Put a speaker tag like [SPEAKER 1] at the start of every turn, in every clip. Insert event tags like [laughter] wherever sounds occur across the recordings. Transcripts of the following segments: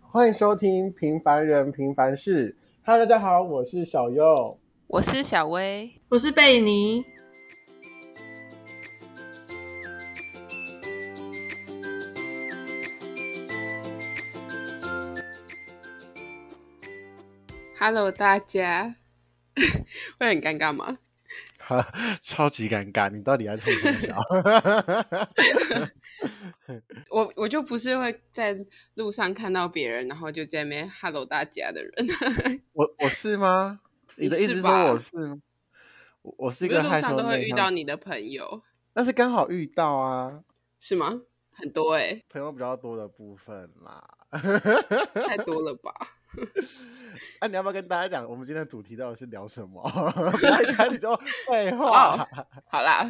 [SPEAKER 1] 欢迎收听《平凡人平凡事》。Hello，大家好，我是小优。
[SPEAKER 2] 我是小薇，
[SPEAKER 3] 我是贝尼。
[SPEAKER 2] Hello，大家， [laughs] 会很尴尬吗？
[SPEAKER 1] 哈， [laughs] 超级尴尬，你到底在冲什么笑？ [laughs]
[SPEAKER 2] 我我就不是会在路上看到别人，然后就在那边 Hello 大家的人，
[SPEAKER 1] 我我是吗？你的意思是
[SPEAKER 2] 是
[SPEAKER 1] 说
[SPEAKER 2] 吧
[SPEAKER 1] 我是吗？我我是
[SPEAKER 2] [laughs] 因
[SPEAKER 1] 一
[SPEAKER 2] 为
[SPEAKER 1] 个
[SPEAKER 2] 路
[SPEAKER 1] 害
[SPEAKER 2] 上
[SPEAKER 1] 羞
[SPEAKER 2] 都会
[SPEAKER 1] 内
[SPEAKER 2] 遇到
[SPEAKER 1] 向，
[SPEAKER 2] 你的朋友，
[SPEAKER 1] 但是刚好遇到啊，
[SPEAKER 2] 是吗？很多
[SPEAKER 1] [laughs]
[SPEAKER 2] 哎、
[SPEAKER 1] 朋友比较多的部分啦。
[SPEAKER 2] 太多了吧？
[SPEAKER 1] 啊，你要不要跟大家讲，我们今天的主题到底是聊什么？ [laughs] 不要一开始就废话。
[SPEAKER 2] 好啦，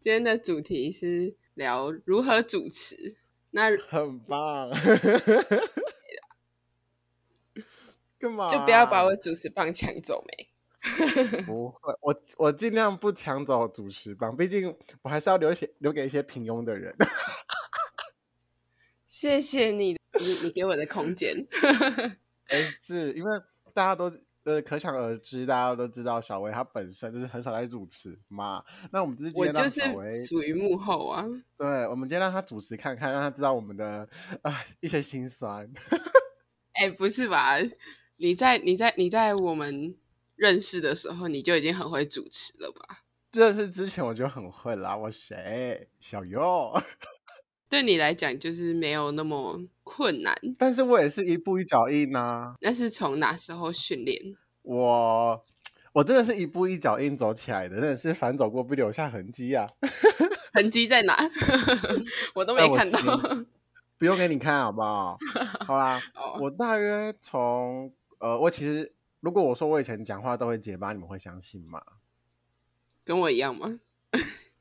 [SPEAKER 2] 今天的主题是聊如何主持。那就
[SPEAKER 1] 很棒。干嘛、
[SPEAKER 2] 不
[SPEAKER 1] [laughs]
[SPEAKER 2] 要把我主持棒抢走没？
[SPEAKER 1] 不会，我我尽量不抢走主持棒，毕竟我还是要留一些留给一些平庸的人。 [laughs]
[SPEAKER 2] 谢谢你，你你给我的空
[SPEAKER 1] [laughs]
[SPEAKER 2] 间。
[SPEAKER 1] 啊但是因为大家都呃，可想而知，大家都知道小薇她本身就是很少在主持嘛。那我们只是今
[SPEAKER 2] [laughs] 我
[SPEAKER 1] 天
[SPEAKER 2] 就
[SPEAKER 1] 让
[SPEAKER 2] 是
[SPEAKER 1] 小薇，
[SPEAKER 2] 属于幕后啊，
[SPEAKER 1] 对，我们今天让她主持看看，让她知道我们的啊、一些心酸。 [laughs]
[SPEAKER 2] 哎、不是吧？你在你在你在我们认识的时候，你就已经很会主持了吧？
[SPEAKER 1] 这是之前我就很会啦，我谁小优。
[SPEAKER 2] 对你来讲，就是没有那么困难。
[SPEAKER 1] [laughs] 但是我也是一步一脚印呐、啊
[SPEAKER 2] 那是从哪时候训练？
[SPEAKER 1] 我我真的是一步一脚印走起来的，真的是反走过必留下痕迹啊！
[SPEAKER 2] 痕迹在哪？ [laughs] 我都没
[SPEAKER 1] 在我
[SPEAKER 2] 看到。
[SPEAKER 1] 心不用给你看好不好？好啦，
[SPEAKER 2] 哦，
[SPEAKER 1] 我大约从呃，我其实如果我说我以前讲话都会结巴，你们会相信吗？
[SPEAKER 2] 跟我一样吗？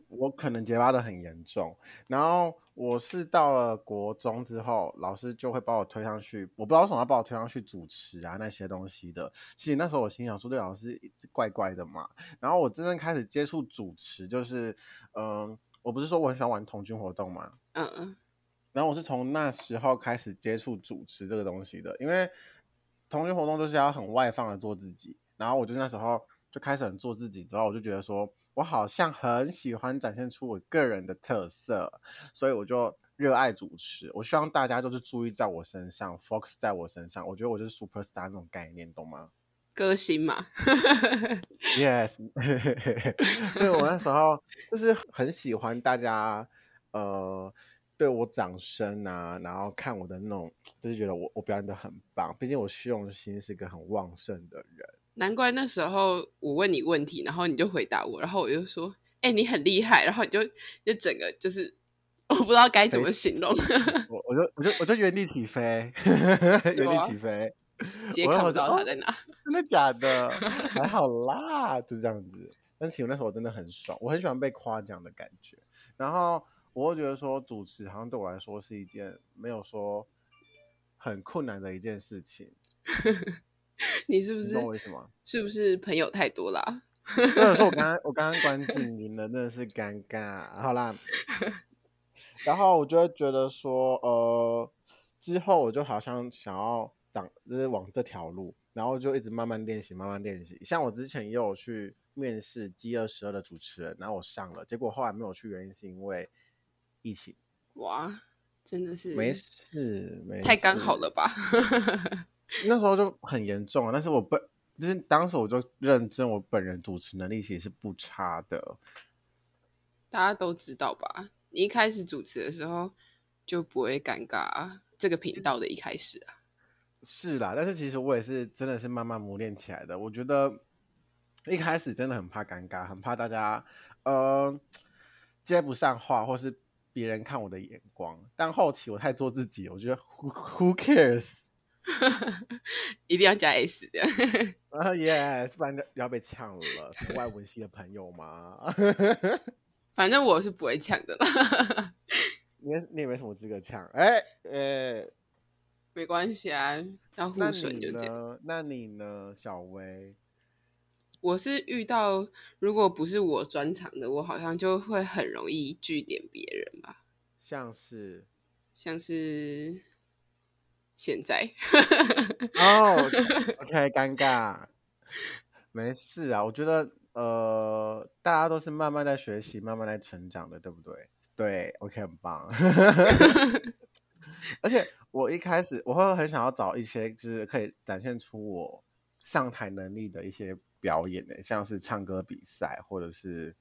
[SPEAKER 1] 我可能结巴的很严重，然后我是到了国中之后，老师就会把我推上去，我不知道为什么要把我推上去主持啊那些东西的。其实那时候我心想说，对老师一直怪怪的嘛。然后我真正开始接触主持，就是嗯、我不是说我很喜欢玩童军活动嘛，
[SPEAKER 2] 嗯嗯，
[SPEAKER 1] 然后我是从那时候开始接触主持这个东西的，因为同学活动就是要很外放的做自己，然后我就那时候就开始很做自己，之后我就觉得说我好像很喜欢展现出我个人的特色，所以我就热爱主持。我希望大家就是注意在我身上，focus 在我身上，我觉得我就是 super star 那种概念，懂吗？
[SPEAKER 2] 歌星嘛。 [laughs]
[SPEAKER 1] Yes，所以我那时候就是很喜欢大家呃对我掌声啊，然后看我的那种，就是觉得我我表演的很棒。毕竟我虚荣心是个很旺盛的人。
[SPEAKER 2] 难怪那时候我问你问题，然后你就回答我，然后我就说：“哎、你很厉害。”然后你就就整个就是我不知道该
[SPEAKER 1] 哎
[SPEAKER 2] 怎么形容， [laughs]
[SPEAKER 1] 我我就我就我就原地起飞， [laughs] 原地起飞。
[SPEAKER 2] 直接
[SPEAKER 1] 我
[SPEAKER 2] 看
[SPEAKER 1] 那
[SPEAKER 2] 不
[SPEAKER 1] 时候就
[SPEAKER 2] 到他
[SPEAKER 1] 哦
[SPEAKER 2] 在哪。
[SPEAKER 1] [laughs] 真的假的？还好啦，就这样子。但是我那时候我真的很爽，我很喜欢被夸奖的感觉。然后我会觉得说，主持好像对我来说是一件没有说很困难的一件事情，
[SPEAKER 2] 你是不
[SPEAKER 1] 你
[SPEAKER 2] 是
[SPEAKER 1] 懂我意思吗？
[SPEAKER 2] 是不是朋友太多啦？
[SPEAKER 1] 对，有时候我刚刚我刚刚关静音了，真的是尴尬。好
[SPEAKER 2] [laughs]
[SPEAKER 1] 啦，然后我就会觉得说，呃，之后我就好像想要长，就是往这条路，然后就一直慢慢练习，慢慢练习。像我之前也有去面试 G 二十二的主持人，然后我上了，结果后来没有去，原因是因为疫情。
[SPEAKER 2] 哇，真的是
[SPEAKER 1] 没事，没事，
[SPEAKER 2] 太刚好了吧？ [laughs]
[SPEAKER 1] 那时候就很严重啊，但是我本就是当时我就认真，我本人主持能力其实是不差的。
[SPEAKER 2] 大家都知道吧？你一开始主持的时候就不会尴尬、啊，这个频道的一开始啊， [laughs]
[SPEAKER 1] 是啦，但是其实我也是真的是慢慢磨练起来的。我觉得一开始真的很怕尴尬，很怕大家呃接不上话，或是别人看我的眼光。但后期我太做自己了，我觉得 who [laughs] who cares
[SPEAKER 2] 一定要加 S 的。
[SPEAKER 1] 啊、yes，不然就要被呛了。什么外文系的朋友嘛，
[SPEAKER 2] 反正我是不会抢的啦，
[SPEAKER 1] [laughs]
[SPEAKER 2] [laughs]
[SPEAKER 1] 你也你也没什么资格呛。哎、哎、
[SPEAKER 2] 没关系啊，要互
[SPEAKER 1] 那
[SPEAKER 2] 损
[SPEAKER 1] 你
[SPEAKER 2] 就这样。
[SPEAKER 1] 呢？那你呢，小薇？
[SPEAKER 2] 我是遇到如果不是我专长的，我好像就会很容易据点别人吧，
[SPEAKER 1] 像是
[SPEAKER 2] 像是现在 [laughs]
[SPEAKER 1] 哦、o k 尴尬，没事啊。我觉得呃，大家都是慢慢在学习，慢慢在成长的，对不对？对，OK，很棒。 [laughs] 而且我一开始我会很想要找一些就是可以展现出我上台能力的一些表演的，像是唱歌比赛或者是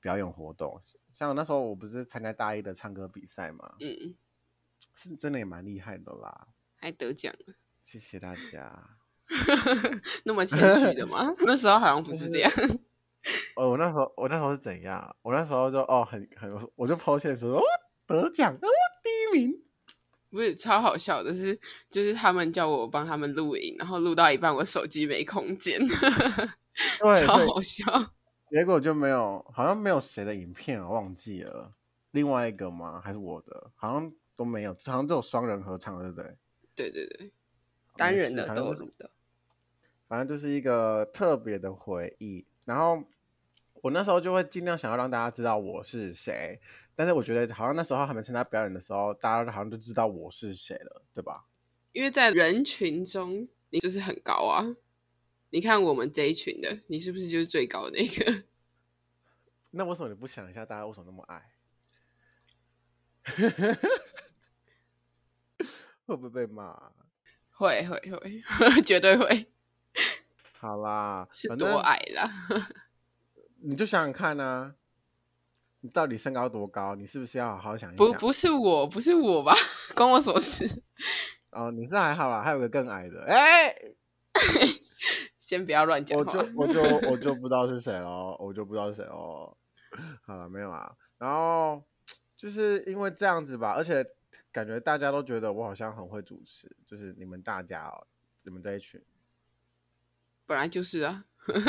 [SPEAKER 1] 表演活动。像那时候我不是参加大一的唱歌比赛嘛，
[SPEAKER 2] 嗯，
[SPEAKER 1] 是真的也蛮厉害的啦。
[SPEAKER 2] 还得奖了，
[SPEAKER 1] 谢谢大家。
[SPEAKER 2] [laughs] 那么谦虚的
[SPEAKER 1] [laughs]
[SPEAKER 2] 吗？那时候好像不是这样，
[SPEAKER 1] 哦，我那时候我那时候是怎样？啊我那时候就哦很很，我就抛线说哦得奖，哦第一名。
[SPEAKER 2] 不是超好笑的是，就是他们叫我帮他们录影，然后录到一半我手机没空间，
[SPEAKER 1] [laughs] 对，
[SPEAKER 2] [laughs] 超
[SPEAKER 1] 所以
[SPEAKER 2] 好笑。
[SPEAKER 1] 结果就没有，好像没有谁的影片啊，忘记了。另外一个吗？还是我的？好像都没有，好像只有双人合唱，对不对？
[SPEAKER 2] 对对对，单人的
[SPEAKER 1] 没事反
[SPEAKER 2] 都
[SPEAKER 1] 正
[SPEAKER 2] 有
[SPEAKER 1] 就是
[SPEAKER 2] 录的，
[SPEAKER 1] 反正就是一个特别的回忆。然后我那时候就会尽量想要让大家知道我是谁，但是我觉得好像那时候还没参加表演的时候，大家好像就知道我是谁了，对吧？
[SPEAKER 2] 因为在人群中你就是很高啊。你看我们这一群的，你是不是就是最高的那个？ [laughs]
[SPEAKER 1] 那为什么你不想一下大家为什么那么矮？ [laughs] 会不会被骂？啊
[SPEAKER 2] 会会会， [laughs] 绝对会，
[SPEAKER 1] 好啦，
[SPEAKER 2] 是
[SPEAKER 1] 反
[SPEAKER 2] 多
[SPEAKER 1] 正
[SPEAKER 2] 矮啦？
[SPEAKER 1] 你就想想看啊，你到底身高多高？你是不是要好好想一
[SPEAKER 2] 不
[SPEAKER 1] 想？
[SPEAKER 2] 不是我，不是我吧？ [laughs] 关我什么事？ [laughs]
[SPEAKER 1] 哦，你是还好啦，还有个更矮的，哎、
[SPEAKER 2] 先不要乱讲
[SPEAKER 1] 我
[SPEAKER 2] 话
[SPEAKER 1] 就。我就我就不知道是谁喽，我就不知道是谁哦。 [laughs] 好了，没有啊。然后就是因为这样子吧，而且感觉大家都觉得我好像很会主持，就是你们大家哦，你们这一群，
[SPEAKER 2] 本来就是啊， [laughs]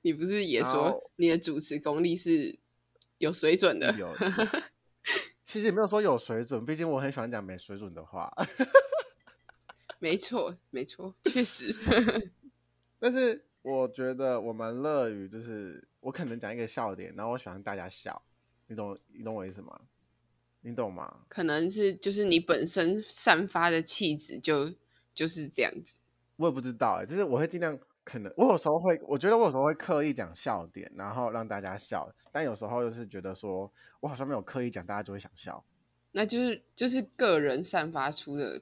[SPEAKER 2] 你不是也
[SPEAKER 1] 然
[SPEAKER 2] 说
[SPEAKER 1] 后
[SPEAKER 2] 你的主持功力是有水准 [laughs] 的？
[SPEAKER 1] 有。其实也没有说有水准，毕竟我很喜欢讲没水准的话。 [laughs]
[SPEAKER 2] 没错，没错，确实。 [laughs]
[SPEAKER 1] 但是我觉得我蛮乐于，就是我可能讲一个笑点，然后我喜欢大家笑，你懂你懂我意思吗？你懂吗？
[SPEAKER 2] 可能是就是你本身散发的气质就就是这样子。
[SPEAKER 1] 我也不知道哎、就是我会尽量，可能我有时候会，我觉得我有时候会刻意讲笑点，然后让大家笑，但有时候又是觉得说我好像没有刻意讲，大家就会想笑，
[SPEAKER 2] 那就是就是个人散发出的，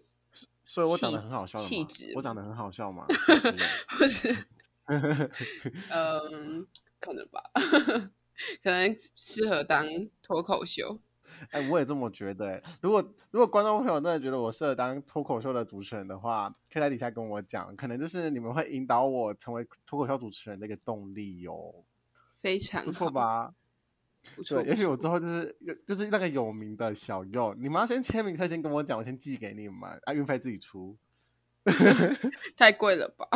[SPEAKER 1] 所以我长得
[SPEAKER 2] 气
[SPEAKER 1] 很好笑的
[SPEAKER 2] 气
[SPEAKER 1] 吗
[SPEAKER 2] 质？
[SPEAKER 1] 我长得很好笑
[SPEAKER 2] [laughs]
[SPEAKER 1] 吗？主持人
[SPEAKER 2] 或是
[SPEAKER 1] [laughs]
[SPEAKER 2] 嗯，可能吧，可能适合当脱口秀。
[SPEAKER 1] 哎、我也这么觉得、欸。如果如果观众朋友真的觉得我适合当脱口秀的主持人的话，可以在底下跟我讲，可能就是你们会引导我成为脱口秀主持人的一个动力哟、
[SPEAKER 2] 非常
[SPEAKER 1] 不错
[SPEAKER 2] 好？
[SPEAKER 1] 吧？
[SPEAKER 2] 不错
[SPEAKER 1] 对，，也许我之后就是就是那个有名的小右，你们要先签名，可以先跟我讲，我先寄给你们，啊，运费自己出。
[SPEAKER 2] 太贵了吧？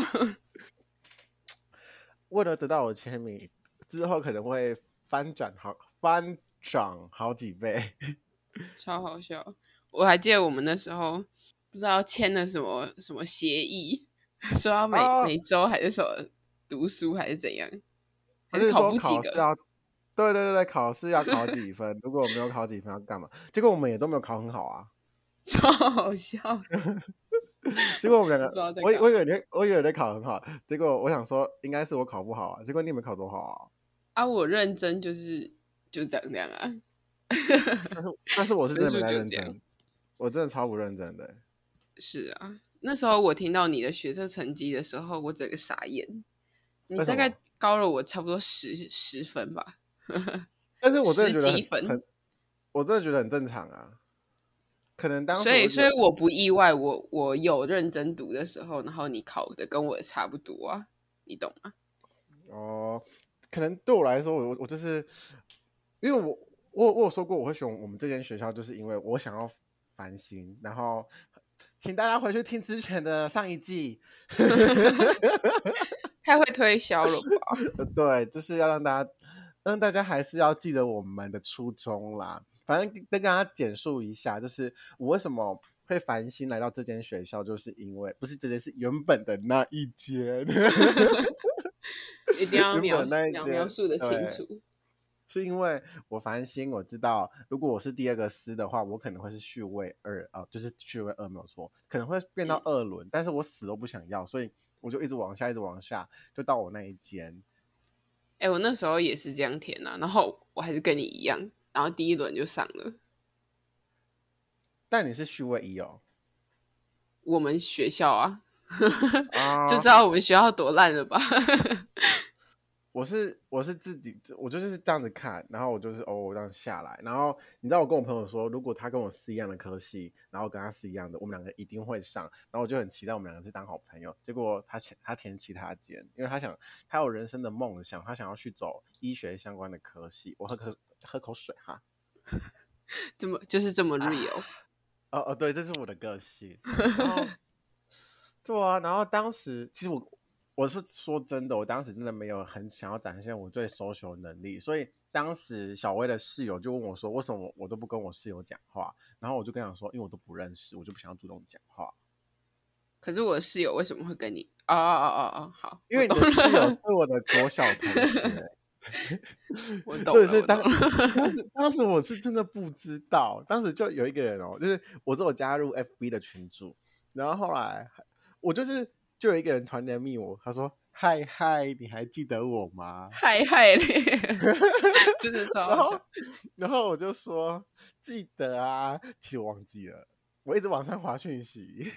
[SPEAKER 1] 为了得到我的签名，之后可能会翻转好翻涨好几倍。
[SPEAKER 2] 超好笑！我还记得我们那时候不知道签了什么什么协议， [laughs] 说要每、
[SPEAKER 1] 哦
[SPEAKER 2] 每周还是什么读书还是怎样，
[SPEAKER 1] 不
[SPEAKER 2] 还
[SPEAKER 1] 是
[SPEAKER 2] 考
[SPEAKER 1] 说
[SPEAKER 2] 不及
[SPEAKER 1] 考试啊
[SPEAKER 2] 格，
[SPEAKER 1] 要，对对对对，考试要考几分？如果我没有考几分要干嘛？结果我们也都没有考很好啊。
[SPEAKER 2] 超好笑。 [laughs]
[SPEAKER 1] 结果我们两
[SPEAKER 2] 不知道
[SPEAKER 1] 个
[SPEAKER 2] [laughs] 在，
[SPEAKER 1] 我以
[SPEAKER 2] 干
[SPEAKER 1] 我以为你我以为你考很好，结果我想说应该是我考不好啊，结果你们考多好
[SPEAKER 2] 啊，我认真就是就长那样啊， [laughs]
[SPEAKER 1] 啊！但是但是我是真的没
[SPEAKER 2] 分数
[SPEAKER 1] 在
[SPEAKER 2] 就
[SPEAKER 1] 认
[SPEAKER 2] 这样
[SPEAKER 1] 真，我真的超不认真的欸。
[SPEAKER 2] 是啊。那时候我听到你的学测成绩的时候，我整个傻眼。你
[SPEAKER 1] 为什
[SPEAKER 2] 大概
[SPEAKER 1] 么
[SPEAKER 2] 高了我差不多十十分吧，
[SPEAKER 1] 但是我真的
[SPEAKER 2] 十
[SPEAKER 1] 觉得
[SPEAKER 2] 几
[SPEAKER 1] 很
[SPEAKER 2] 分
[SPEAKER 1] 很，我真的觉得很正常啊。可能当时
[SPEAKER 2] 所以
[SPEAKER 1] 我就
[SPEAKER 2] 所
[SPEAKER 1] 觉
[SPEAKER 2] 以
[SPEAKER 1] 得
[SPEAKER 2] 我不意外，我我有认真读的时候，然后你考的跟我的差不多啊，你懂吗？
[SPEAKER 1] 哦，可能对我来说，我我就是因为我我我有说过我会选我们这间学校，就是因为我想要繁星。然后，请大家回去听之前的上一季，
[SPEAKER 2] 太会推销了吧？
[SPEAKER 1] 呃对，就是要让大家让大家还是要记得我们的初衷啦。反正跟跟大家简述一下，就是我为什么会繁星来到这间学校，就是因为不是这间是原本的那一间。 [laughs]
[SPEAKER 2] 一定要
[SPEAKER 1] 原
[SPEAKER 2] 描
[SPEAKER 1] 本那一
[SPEAKER 2] 描
[SPEAKER 1] 间
[SPEAKER 2] 描述的清
[SPEAKER 1] 对
[SPEAKER 2] 楚。
[SPEAKER 1] 是因为我烦心，我知道如果我是第二个司的话，我可能会是序位二啊、就是序位二没有错，可能会变到二轮，但是我死都不想要，所以我就一直往下，一直往下，就到我那一间。
[SPEAKER 2] 哎、我那时候也是这样填啊，然后我还是跟你一样，然后第一轮就上了。
[SPEAKER 1] 但你是序位一哦，
[SPEAKER 2] 我们学校啊， [laughs]
[SPEAKER 1] 啊
[SPEAKER 2] 就知道我们学校多烂了吧？ [laughs]
[SPEAKER 1] 我是我是自己，我就是这样子看，然后我就是偶尔这样下来，然后你知道我跟我朋友说，如果他跟我是一样的科系，然后跟他是一样的，我们两个一定会上，然后我就很期待我们两个是当好朋友。结果他前他填其他间，因为他想他有人生的梦想，他想要去走医学相关的科系。我喝口喝口水哈，
[SPEAKER 2] 这么就是这么 real，、
[SPEAKER 1] 哦哦对，这是我的个性。然后对啊，然后当时其实我我是说真的，我当时真的没有很想要展现我最 social 的能力，所以当时小薇的室友就问我说，为什么我都不跟我室友讲话？然后我就跟她说，因为我都不认识，我就不想要主动讲话。
[SPEAKER 2] 可是我的室友为什么会跟你？哦哦哦哦，好，
[SPEAKER 1] 因为你
[SPEAKER 2] 我
[SPEAKER 1] 的
[SPEAKER 2] 懂了
[SPEAKER 1] 室友是我的国小同学，
[SPEAKER 2] 我懂
[SPEAKER 1] 对，
[SPEAKER 2] 了，
[SPEAKER 1] 所以
[SPEAKER 2] 我
[SPEAKER 1] 当
[SPEAKER 2] 懂了
[SPEAKER 1] 当时
[SPEAKER 2] [laughs]
[SPEAKER 1] 当时我是真的不知道，当时就有一个人哦，就是我是我加入 FB 的群组，然后后来我就是就有一个人团联密我，他说嗨嗨，你还记得我吗？
[SPEAKER 2] 嗨嗨嘞， [laughs] 真的超
[SPEAKER 1] 然
[SPEAKER 2] 好
[SPEAKER 1] 后
[SPEAKER 2] 笑。
[SPEAKER 1] [laughs] 然后我就说记得啊，其实我忘记了，我一直往上滑讯息，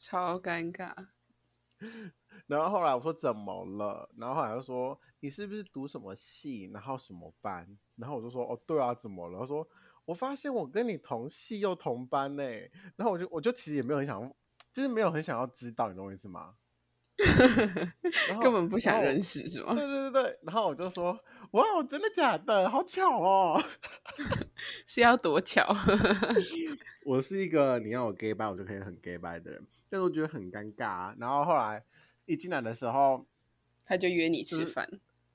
[SPEAKER 2] 超尴尬。
[SPEAKER 1] 然后后来我说怎么了，然后后来就说你是不是读什么系，然后什么班，然后我就说哦对啊，怎么了？他说我发现我跟你同系又同班呢、然后我就我就其实也没有很想，就是没有很想要知道，你懂我意思吗？
[SPEAKER 2] [laughs]
[SPEAKER 1] 然后
[SPEAKER 2] 根本不想认
[SPEAKER 1] 识。
[SPEAKER 2] 识是
[SPEAKER 1] 对
[SPEAKER 2] 吗？ [laughs]
[SPEAKER 1] 对对对，然后我就说哇，真的假的？好巧哦！ [laughs]
[SPEAKER 2] 是要多巧？ [laughs]
[SPEAKER 1] 我是一个你要我 gay 拜，我就可以很 gay 拜的人，但是我觉得很尴尬、啊。然后后来一进来的时候，
[SPEAKER 2] 他就约你
[SPEAKER 1] 就
[SPEAKER 2] 吃
[SPEAKER 1] 是
[SPEAKER 2] 饭，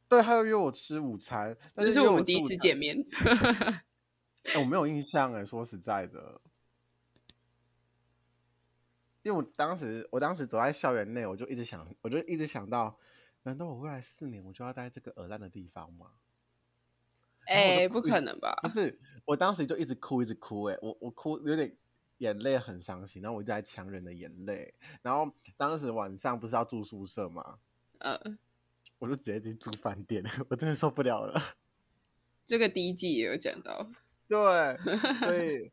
[SPEAKER 1] 对，他又约我吃午餐，但
[SPEAKER 2] 这
[SPEAKER 1] 是
[SPEAKER 2] 是
[SPEAKER 1] 约
[SPEAKER 2] 我们
[SPEAKER 1] 吃
[SPEAKER 2] 第一
[SPEAKER 1] 午
[SPEAKER 2] 次
[SPEAKER 1] 餐
[SPEAKER 2] 见面。
[SPEAKER 1] 哎我没有印象哎，说实在的，因为我当时我当时走在校园内，我就一直想，我就一直想到，难道我未来四年我就要待在这个鹅蛋的地方吗？然后我就
[SPEAKER 2] 哎、不
[SPEAKER 1] 故意
[SPEAKER 2] 可能吧
[SPEAKER 1] 不？是，我当时就一直哭，一直哭、欸，哎，我我哭有点眼泪很伤心，然后我一直在强忍的眼泪，然后当时晚上不是要住宿舍嘛，
[SPEAKER 2] 呃，
[SPEAKER 1] 我就直接去住饭店， [laughs] 我真的受不了了。
[SPEAKER 2] 这个第一季也有讲
[SPEAKER 1] [laughs]
[SPEAKER 2] 到，
[SPEAKER 1] 对，所以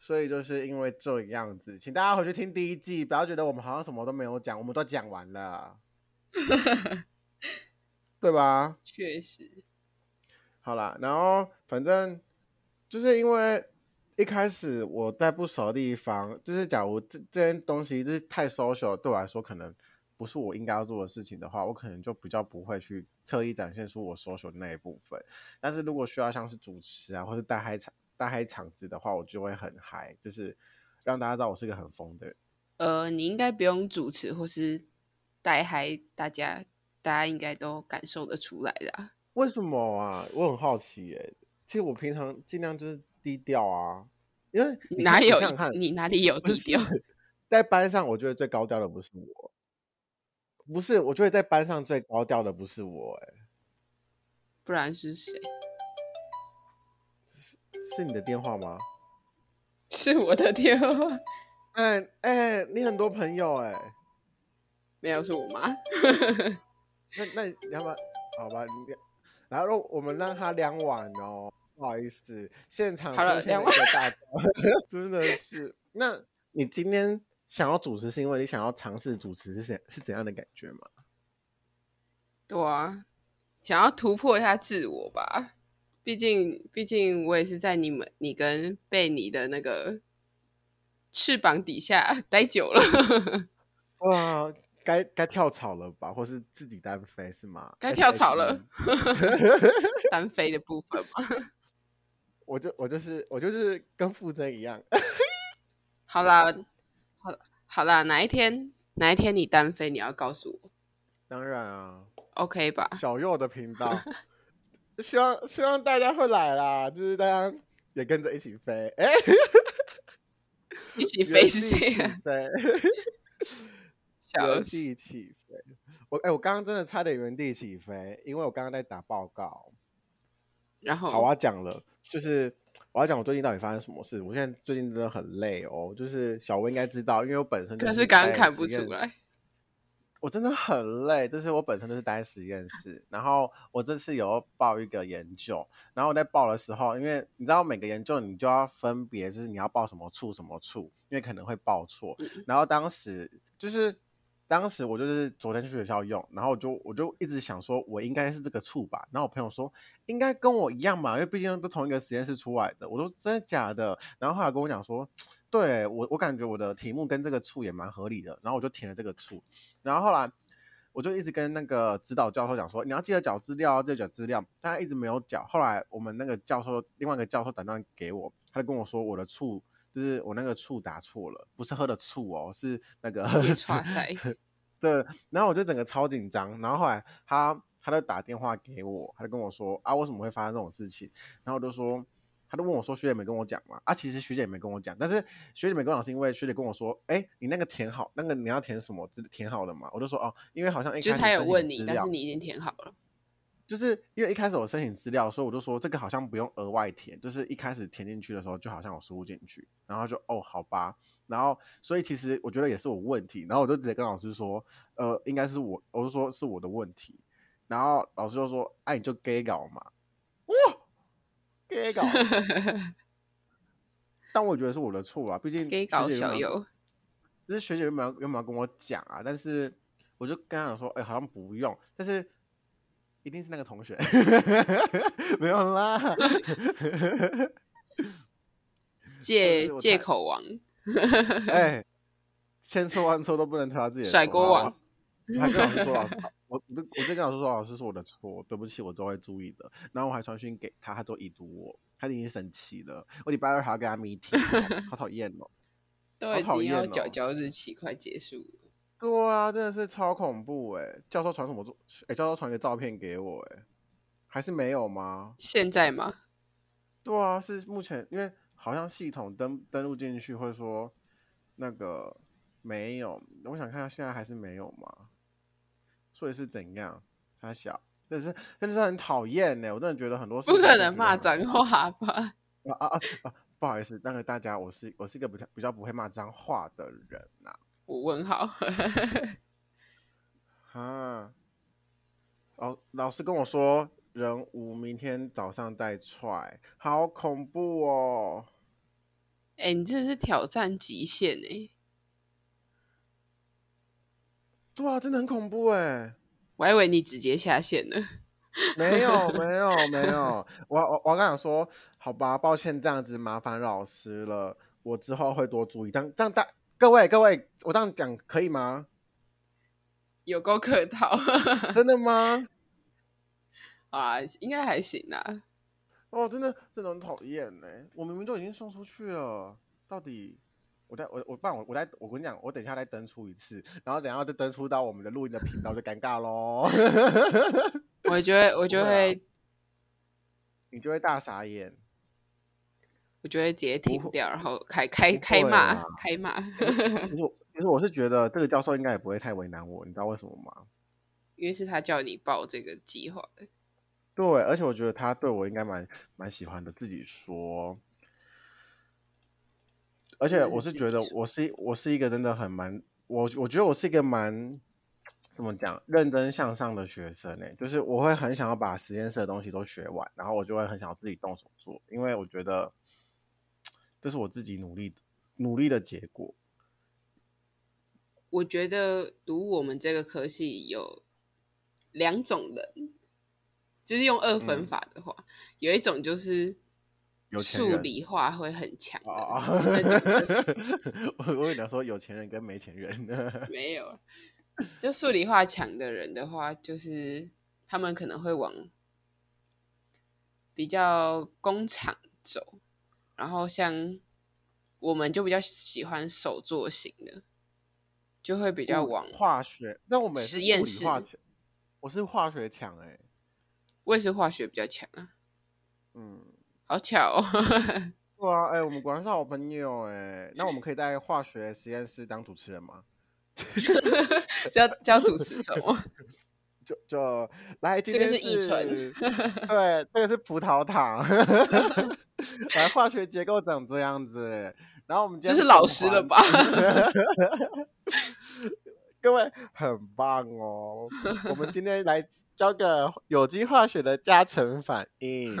[SPEAKER 1] 所以就是因为这样子，请大家回去听第一季，不要觉得我们好像什么都没有讲，我们都讲完了，对吧？
[SPEAKER 2] 确实，
[SPEAKER 1] 好啦，然后反正就是因为一开始我在不熟的地方，就是假如这这件东西就是太 social，对我来说可能不是我应该要做的事情的话，我可能就比较不会去特意展现出我 social 的那一部分。但是如果需要像是主持啊，或是带嗨场带嗨场子的话，我就会很嗨，就是让大家知道我是个很疯的人。
[SPEAKER 2] 呃，你应该不用主持或是带嗨，大家大家应该都感受得出来啦。
[SPEAKER 1] 为什么啊？我很好奇耶、其实我平常尽量就是低调啊，因为你
[SPEAKER 2] 哪
[SPEAKER 1] 看你
[SPEAKER 2] 有
[SPEAKER 1] 想想看
[SPEAKER 2] 你哪里有
[SPEAKER 1] 不
[SPEAKER 2] 低调？
[SPEAKER 1] [laughs] 是在班上，我觉得最高调的不是我，不是，我觉得在班上最高调的不是我、欸，
[SPEAKER 2] 不然是谁？ [laughs]
[SPEAKER 1] 是你的电话吗？
[SPEAKER 2] 是我的电话，
[SPEAKER 1] 哎、哎、你很多朋友哎、
[SPEAKER 2] 没有是我妈。
[SPEAKER 1] 那那你要不要？好吧，你然后我们让他两碗哦，不好意思，现场出
[SPEAKER 2] 好了
[SPEAKER 1] 现了
[SPEAKER 2] 两
[SPEAKER 1] 一
[SPEAKER 2] 碗
[SPEAKER 1] 个大 [laughs] 真的是。那你今天想要主持，是因为你想要尝试主持是怎是怎样的感觉吗？
[SPEAKER 2] 对啊，想要突破一下自我吧。毕竟，毕竟我也是在你们、你跟贝尼的那个翅膀底下 [laughs] 待久了，
[SPEAKER 1] 哇，哦该该跳槽了吧，或是自己单飞是吗？E
[SPEAKER 2] 该跳槽了
[SPEAKER 1] SHE。
[SPEAKER 2] 单飞的部分嘛。
[SPEAKER 1] 我就我就是我就是跟傅征一样， [laughs]
[SPEAKER 2] 好啦，好，好啦，哪一天哪一天你单飞，你要告诉我
[SPEAKER 1] 当然啊，
[SPEAKER 2] ，OK 吧？
[SPEAKER 1] 小右的频
[SPEAKER 2] [laughs]
[SPEAKER 1] 道，希望希望大家会来啦，就是大家也跟着一起飞，哎、
[SPEAKER 2] 一起
[SPEAKER 1] 原
[SPEAKER 2] 飞
[SPEAKER 1] 地
[SPEAKER 2] 是
[SPEAKER 1] 起
[SPEAKER 2] 这样，
[SPEAKER 1] 飞，
[SPEAKER 2] 小
[SPEAKER 1] 原地起飞。我哎、我刚刚真的差点原地起飞，因为我刚刚在打报告。
[SPEAKER 2] 然后
[SPEAKER 1] 好，我要讲了，就是我要讲我最近到底发生什么事。我现在最近真的很累哦，就是小薇应该知道，因为我本身就
[SPEAKER 2] 可
[SPEAKER 1] 是
[SPEAKER 2] 是刚
[SPEAKER 1] 在
[SPEAKER 2] 刚看不
[SPEAKER 1] 实验
[SPEAKER 2] 出来，
[SPEAKER 1] 我真的很累，就是我本身就是待实验室，然后我这次有报一个研究，然后我在报的时候，因为你知道每个研究你就要分别，就是你要报什么处什么处，因为可能会报错。
[SPEAKER 2] 嗯
[SPEAKER 1] 然后当时就是当时我就是昨天去学校用，然后我就我就一直想说，我应该是这个处吧。然后我朋友说应该跟我一样嘛，因为毕竟都同一个实验室出来的。我说真的假的？然后后来跟我讲说，对我我感觉我的题目跟这个处也蛮合理的，然后我就填了这个处。然后后来我就一直跟那个指导教授讲说，你要记得缴资料啊，记得缴资料，但他一直没有缴。后来我们那个教授，另外一个教授打电话给我，他就跟我说我的醋就是我那个醋打错了，不是喝的醋哦，是那个
[SPEAKER 2] 也哇
[SPEAKER 1] [laughs]
[SPEAKER 2] 塞，
[SPEAKER 1] 对，然后我就整个超紧张，然后后来他他就打电话给我，他就跟我说啊，为什么会发生这种事情？然后我就说，他就问我说，学姐没跟我讲嘛？啊，其实学姐也没跟我讲，但是学姐没跟我讲是因为学姐跟我说，哎，你那个填好，那个你要填什么，这填好了嘛？我就说哦，因为好像一开
[SPEAKER 2] 就是
[SPEAKER 1] 始
[SPEAKER 2] 他有
[SPEAKER 1] 申请资
[SPEAKER 2] 问你，但
[SPEAKER 1] 料
[SPEAKER 2] 是你已经填好了，
[SPEAKER 1] 就是因为一开始我申请资料，所以我就说这个好像不用额外填，就是一开始填进去的时候就好像我输入进去，然后就哦好吧，然后所以其实我觉得也是我问题，然后我就直接跟老师说，呃，应该是我，我就说是我的问题，然后老师就说，哎、你就 gay 搞嘛，哇，gay
[SPEAKER 2] [laughs]
[SPEAKER 1] 搞，但我觉得是我的错啊，毕竟学
[SPEAKER 2] 给搞
[SPEAKER 1] 姐原
[SPEAKER 2] 小
[SPEAKER 1] 本
[SPEAKER 2] 友，
[SPEAKER 1] 就是学姐原本要原本要跟我讲啊，但是我就跟她讲说，哎、好像不用，但是一定是那个同学， [laughs] 没有
[SPEAKER 2] [laughs]
[SPEAKER 1] 啦。
[SPEAKER 2] 借
[SPEAKER 1] 我
[SPEAKER 2] 借
[SPEAKER 1] 太
[SPEAKER 2] 口王，
[SPEAKER 1] 哎、千错万错都不能推到自己的
[SPEAKER 2] 甩
[SPEAKER 1] 头
[SPEAKER 2] 锅
[SPEAKER 1] 好不
[SPEAKER 2] 王
[SPEAKER 1] 好我还跟老
[SPEAKER 2] [laughs]
[SPEAKER 1] 师说，老师，我我就我就跟老师说，老师是我的错，对不起，我都会注意的。然后我还传讯给他，他都已读我，他已经生气了。我礼拜二还要跟他 meeting，好讨厌哦。
[SPEAKER 2] 都
[SPEAKER 1] 好
[SPEAKER 2] 已
[SPEAKER 1] 讨
[SPEAKER 2] 经要
[SPEAKER 1] 厌哦
[SPEAKER 2] 缴交日期快结束了，
[SPEAKER 1] 对啊，真的是超恐怖哎、教授传什么作？哎、教授传一个照片给我哎、还是没有吗？
[SPEAKER 2] 现在吗？
[SPEAKER 1] 对啊，是目前因为好像系统登登录进去会说那个没有，我想看下现在还是没有吗？所以是怎样？傻小，但是真的是很讨厌欸呢，我真的觉得很多事
[SPEAKER 2] 不
[SPEAKER 1] 情
[SPEAKER 2] 可
[SPEAKER 1] 就
[SPEAKER 2] 能
[SPEAKER 1] 觉得
[SPEAKER 2] 骂
[SPEAKER 1] 很
[SPEAKER 2] 脏话吧？
[SPEAKER 1] 啊啊啊啊！不好意思，那个大家，我是我是一个比较比较不会骂脏话的人呐、
[SPEAKER 2] 我问号， [laughs]
[SPEAKER 1] 啊，老哦老师跟我说，人无明天早上再踹，好恐怖哦！
[SPEAKER 2] 哎、你这是挑战极限哎、
[SPEAKER 1] 对啊，真的很恐怖哎！
[SPEAKER 2] 我还以为你直接下线了，
[SPEAKER 1] 没有，没有，没有，我我我刚想说，好吧，抱歉，这样子麻烦老师了，我之后会多注意。这样这样大各位各位，我这样讲可以吗？
[SPEAKER 2] 有够客套 [laughs]
[SPEAKER 1] 真的吗？
[SPEAKER 2] 啊，应该还行啦。
[SPEAKER 1] 哦，真的真的很讨厌呢！我明明就已经送出去了，到底我在我我不然我我在我跟你讲，我等一下再登出一次，然后等一下就登出到我们的录音的频道就尴尬喽，
[SPEAKER 2] 我觉得，我就
[SPEAKER 1] 不会
[SPEAKER 2] 会
[SPEAKER 1] 啊， [laughs] 你就会大傻眼。
[SPEAKER 2] 我就会直接停
[SPEAKER 1] 不会
[SPEAKER 2] 掉，然后开开
[SPEAKER 1] 不
[SPEAKER 2] 开
[SPEAKER 1] 会
[SPEAKER 2] 骂
[SPEAKER 1] 啦，
[SPEAKER 2] 开骂，
[SPEAKER 1] 其实我其实我是觉得这个教授应该也不会太为难我，你知道为什么吗？
[SPEAKER 2] 因为是他叫你报这个计划的。
[SPEAKER 1] 对，而且我觉得他对我应该蛮蛮喜欢的，自己说。而且
[SPEAKER 2] 真的是
[SPEAKER 1] 我是
[SPEAKER 2] 自
[SPEAKER 1] 觉
[SPEAKER 2] 己
[SPEAKER 1] 得
[SPEAKER 2] 说
[SPEAKER 1] 我是我是一个真的很蛮我我觉得我是一个蛮怎么讲认真向上的学生呢、就是我会很想要把实验室的东西都学完，然后我就会很想要自己动手做，因为我觉得这是我自己努力努力的结果。
[SPEAKER 2] 我觉得读我们这个科系有两种人，就是用二分
[SPEAKER 1] 嗯
[SPEAKER 2] 法的话，有一种就是
[SPEAKER 1] 有钱
[SPEAKER 2] 数
[SPEAKER 1] 人
[SPEAKER 2] 理化会很强的
[SPEAKER 1] 啊，
[SPEAKER 2] 那种
[SPEAKER 1] [laughs] 我我跟你讲说有钱人跟没钱人，
[SPEAKER 2] 没有，就数理化强的人的话，就是他们可能会往比较工厂走，然后像我们就比较喜欢手作型的，就会比较
[SPEAKER 1] 物理
[SPEAKER 2] 往
[SPEAKER 1] 化学，那我们也是
[SPEAKER 2] 实
[SPEAKER 1] 数
[SPEAKER 2] 验
[SPEAKER 1] 理化
[SPEAKER 2] 室
[SPEAKER 1] 强，我是化学强哎、
[SPEAKER 2] 我也是化学比较强啊，
[SPEAKER 1] 嗯，
[SPEAKER 2] 好巧哦， [laughs]
[SPEAKER 1] 对啊，哎、我们果然是好朋友哎、那我们可以在化学实验室当主持人吗？ [laughs]
[SPEAKER 2] 叫叫主持什么？
[SPEAKER 1] 就就来，今
[SPEAKER 2] 这个
[SPEAKER 1] 天
[SPEAKER 2] 是乙 [laughs] 醇
[SPEAKER 1] 对，这个是葡萄糖，来化学结构长这样子。然后我们今
[SPEAKER 2] 这
[SPEAKER 1] 天
[SPEAKER 2] 是老师了
[SPEAKER 1] 吧？
[SPEAKER 2] 吧？ [laughs]
[SPEAKER 1] 各位很棒哦！我们今天来教个有机化学的加成反应。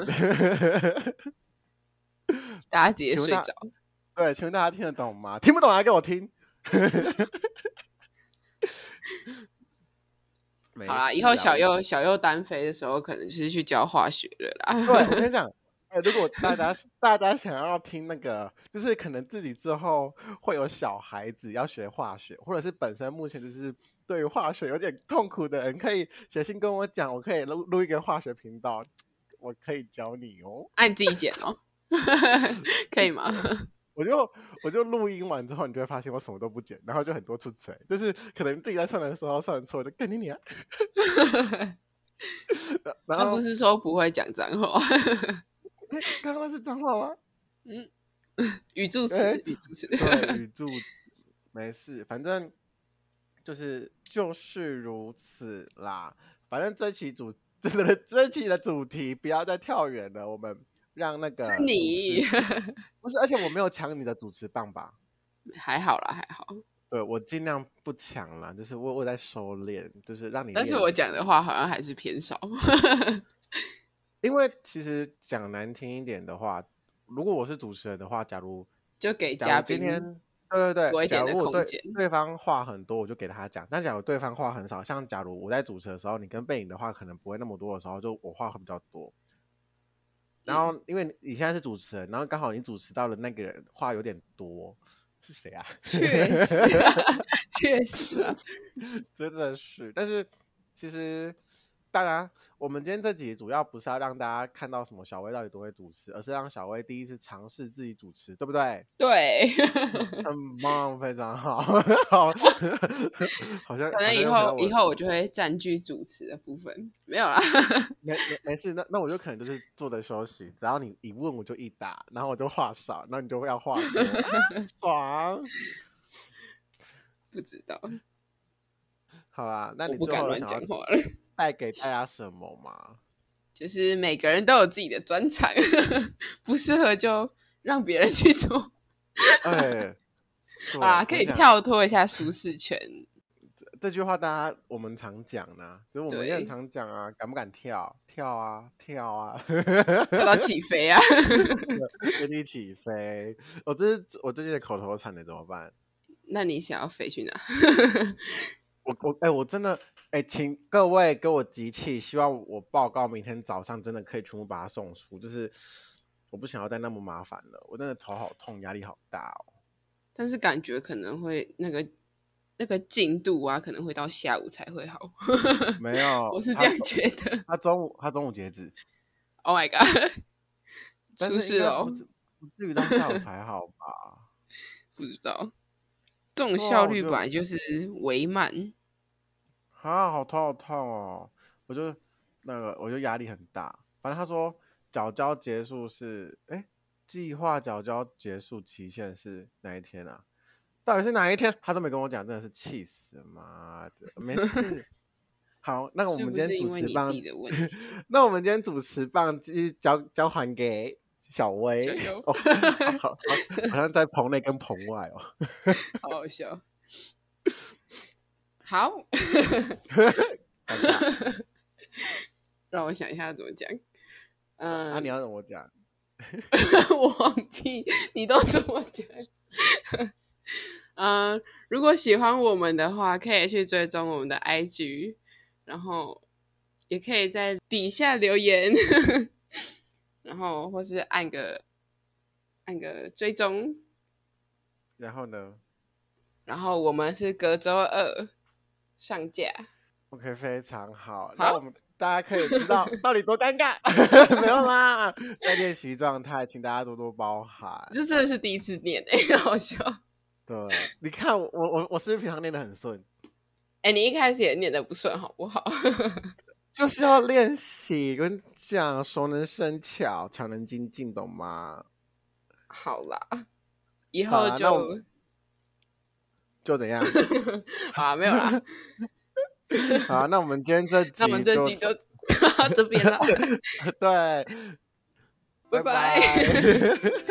[SPEAKER 2] 大家直接睡
[SPEAKER 1] 请问
[SPEAKER 2] 着
[SPEAKER 1] 大。对，请问大家听得懂吗？听不懂还给我听。 [laughs] 没
[SPEAKER 2] 好啦，
[SPEAKER 1] 事啊
[SPEAKER 2] 以后小
[SPEAKER 1] 我
[SPEAKER 2] 右小右单飞的时候，可能就是去教化学了啦。 [laughs]
[SPEAKER 1] 对，我跟你讲，哎、如果大家大家想要听那个，就是可能自己之后会有小孩子要学化学，或者是本身目前就是对于化学有点痛苦的人，可以写信跟我讲，我可以录录一个化学频道，我可以教你哦。
[SPEAKER 2] 按自己剪哦， [laughs] 可
[SPEAKER 1] [laughs]
[SPEAKER 2] 以吗？
[SPEAKER 1] 我就我就录音完之后，你就会发现我什么都不剪，然后就很多出锤，就是可能自己在算的时候算错，就跟你
[SPEAKER 2] [laughs]
[SPEAKER 1] 娘。然然
[SPEAKER 2] 他
[SPEAKER 1] 后
[SPEAKER 2] 啊不是说不会讲脏话，
[SPEAKER 1] 哎刚刚那是脏话
[SPEAKER 2] [laughs]
[SPEAKER 1] 吗？
[SPEAKER 2] 语助词
[SPEAKER 1] 哎，
[SPEAKER 2] 语助词。
[SPEAKER 1] 对，语助词没事，反正就是就是如此啦。反正这期主这这期的主题不要再跳远了，我们让那个
[SPEAKER 2] 是你
[SPEAKER 1] 主
[SPEAKER 2] [laughs]
[SPEAKER 1] 持不是，而且我没有抢你的主持棒吧？
[SPEAKER 2] [laughs] 还好啦，还好。
[SPEAKER 1] 对我尽量不抢啦，就是我我在收敛，就是让你。
[SPEAKER 2] 但是我讲的，话好像还是偏少。 [laughs]
[SPEAKER 1] 因为其实讲难听一点的话，如果我是主持人的话，假如
[SPEAKER 2] 就给
[SPEAKER 1] 假
[SPEAKER 2] 嘉
[SPEAKER 1] 如今
[SPEAKER 2] 宾，
[SPEAKER 1] 天对对
[SPEAKER 2] 多一
[SPEAKER 1] 对，假
[SPEAKER 2] 点的
[SPEAKER 1] 如我
[SPEAKER 2] 空
[SPEAKER 1] 对
[SPEAKER 2] 间
[SPEAKER 1] 对方话很多，我就给他讲；但假如对方话很少，像假如我在主持的时候，你跟背影的话可能不会那么多的时候，就我话会比较多。然
[SPEAKER 2] 嗯
[SPEAKER 1] 后因为你现在是主持人，然后刚好你主持到了那个人话有点多，是谁啊？
[SPEAKER 2] 确实啊，确实啊，
[SPEAKER 1] 真的是，但是其实当然，我们今天这集主要不是要让大家看到什么小薇到底多会主持，而是让小薇第一次尝试自己主持，对不对？
[SPEAKER 2] 对。
[SPEAKER 1] 很棒，非常好， [laughs] 好，好像
[SPEAKER 2] [laughs] 可
[SPEAKER 1] 好
[SPEAKER 2] 能
[SPEAKER 1] 像又
[SPEAKER 2] 以
[SPEAKER 1] 回到
[SPEAKER 2] 后
[SPEAKER 1] 我
[SPEAKER 2] 以后我就会占据主持的部分，没有啦。 [laughs]
[SPEAKER 1] 没没没事，那那我就可能就是坐着休息，只要你一问我就一答，然后我就话少，然后你就要话多，
[SPEAKER 2] [laughs]
[SPEAKER 1] 啊爽。
[SPEAKER 2] 不知道，
[SPEAKER 1] 好啦，那
[SPEAKER 2] 我
[SPEAKER 1] 你
[SPEAKER 2] 不
[SPEAKER 1] 最
[SPEAKER 2] 敢
[SPEAKER 1] 后有
[SPEAKER 2] 乱
[SPEAKER 1] 想
[SPEAKER 2] 讲
[SPEAKER 1] 要
[SPEAKER 2] 话了。
[SPEAKER 1] 带给大家什么吗？
[SPEAKER 2] 就是每个人都有自己的专长， [laughs] 不适合就让别人去做
[SPEAKER 1] 哎， [laughs] 对
[SPEAKER 2] 啊，
[SPEAKER 1] 我
[SPEAKER 2] 可以
[SPEAKER 1] 想
[SPEAKER 2] 跳脱一下舒适圈。
[SPEAKER 1] 这句话大家我们常讲呢、就是我们也很
[SPEAKER 2] 对
[SPEAKER 1] 常讲啊，敢不敢跳？跳啊，跳啊， [laughs]
[SPEAKER 2] 跳到起飞啊！ [laughs]
[SPEAKER 1] 原地起飞。我这是我最近的口头禅呢，怎么办？
[SPEAKER 2] 那你想要飞去哪？ [laughs]
[SPEAKER 1] 我我哎、我真的哎、请各位给我集气，希望我报告明天早上真的可以全部把它送出，就是我不想要再那么麻烦了，我真的头好痛，压力好大哦。
[SPEAKER 2] 但是感觉可能会那个那个进度啊，可能会到下午才会好。
[SPEAKER 1] 没有，
[SPEAKER 2] [laughs] 我是这
[SPEAKER 1] 他
[SPEAKER 2] 样觉得。
[SPEAKER 1] 他中午他中午截止，
[SPEAKER 2] Oh my god！ [laughs]
[SPEAKER 1] 但
[SPEAKER 2] 出
[SPEAKER 1] 是
[SPEAKER 2] 事
[SPEAKER 1] 应该
[SPEAKER 2] 哦
[SPEAKER 1] 不，至不至于到下午才好吧？
[SPEAKER 2] 不知道。这种
[SPEAKER 1] 对啊
[SPEAKER 2] 效
[SPEAKER 1] 我
[SPEAKER 2] 率
[SPEAKER 1] 觉
[SPEAKER 2] 本
[SPEAKER 1] 得
[SPEAKER 2] 来就是为慢，
[SPEAKER 1] 啊，好痛好痛哦！我就那个，我就压力很大。反正他说缴交结束是，哎，计划缴交结束期限是哪一天啊？到底是哪一天？他都没跟我讲，真的是气死妈的！没事，好，那我
[SPEAKER 2] 是
[SPEAKER 1] 们
[SPEAKER 2] 不
[SPEAKER 1] 今
[SPEAKER 2] 是
[SPEAKER 1] 天
[SPEAKER 2] 因
[SPEAKER 1] 主
[SPEAKER 2] 为
[SPEAKER 1] 持
[SPEAKER 2] 你自
[SPEAKER 1] 棒
[SPEAKER 2] 己，的问题？
[SPEAKER 1] 那我们今天主持棒继续交交还给小薇
[SPEAKER 2] 小优
[SPEAKER 1] 哦，好好好好像在棚内跟棚外哦。
[SPEAKER 2] 好好笑。好，
[SPEAKER 1] 尴
[SPEAKER 2] [laughs]
[SPEAKER 1] 尬
[SPEAKER 2] 让我想一下怎么讲。嗯，
[SPEAKER 1] 啊那你要怎么讲？
[SPEAKER 2] [laughs] 我忘记你都怎么讲。嗯，如果喜欢我们的话，可以去追踪我们的 IG，然后也可以在底下留言， [laughs] 然后或是按个按个追踪。
[SPEAKER 1] 然后呢？
[SPEAKER 2] 然后我们是隔周二上架，
[SPEAKER 1] OK，非常好，
[SPEAKER 2] 好
[SPEAKER 1] 那我们大家可以知
[SPEAKER 2] [laughs]
[SPEAKER 1] 道到底多尴尬， [laughs] 没有啦，在练习状态，请大家多多包涵。
[SPEAKER 2] 这真的是第一次念 [laughs] 哎、好笑。
[SPEAKER 1] 对，你看我我我是不是平常练得很顺？
[SPEAKER 2] 哎、你一开始也念的不顺，好不好？ [laughs]
[SPEAKER 1] 就是要练习，跟你讲，熟能生巧，巧能精进，懂吗？
[SPEAKER 2] 好啦，以
[SPEAKER 1] 好啊
[SPEAKER 2] 后
[SPEAKER 1] 啦那
[SPEAKER 2] 就 [laughs]
[SPEAKER 1] 我就怎样？ [laughs]
[SPEAKER 2] 好啊，没有啦。
[SPEAKER 1] 好，那我们今天这集
[SPEAKER 2] 那我们这
[SPEAKER 1] 就 [laughs]
[SPEAKER 2] 集就到这边 [laughs] 了，
[SPEAKER 1] 对，
[SPEAKER 2] 拜
[SPEAKER 1] 拜。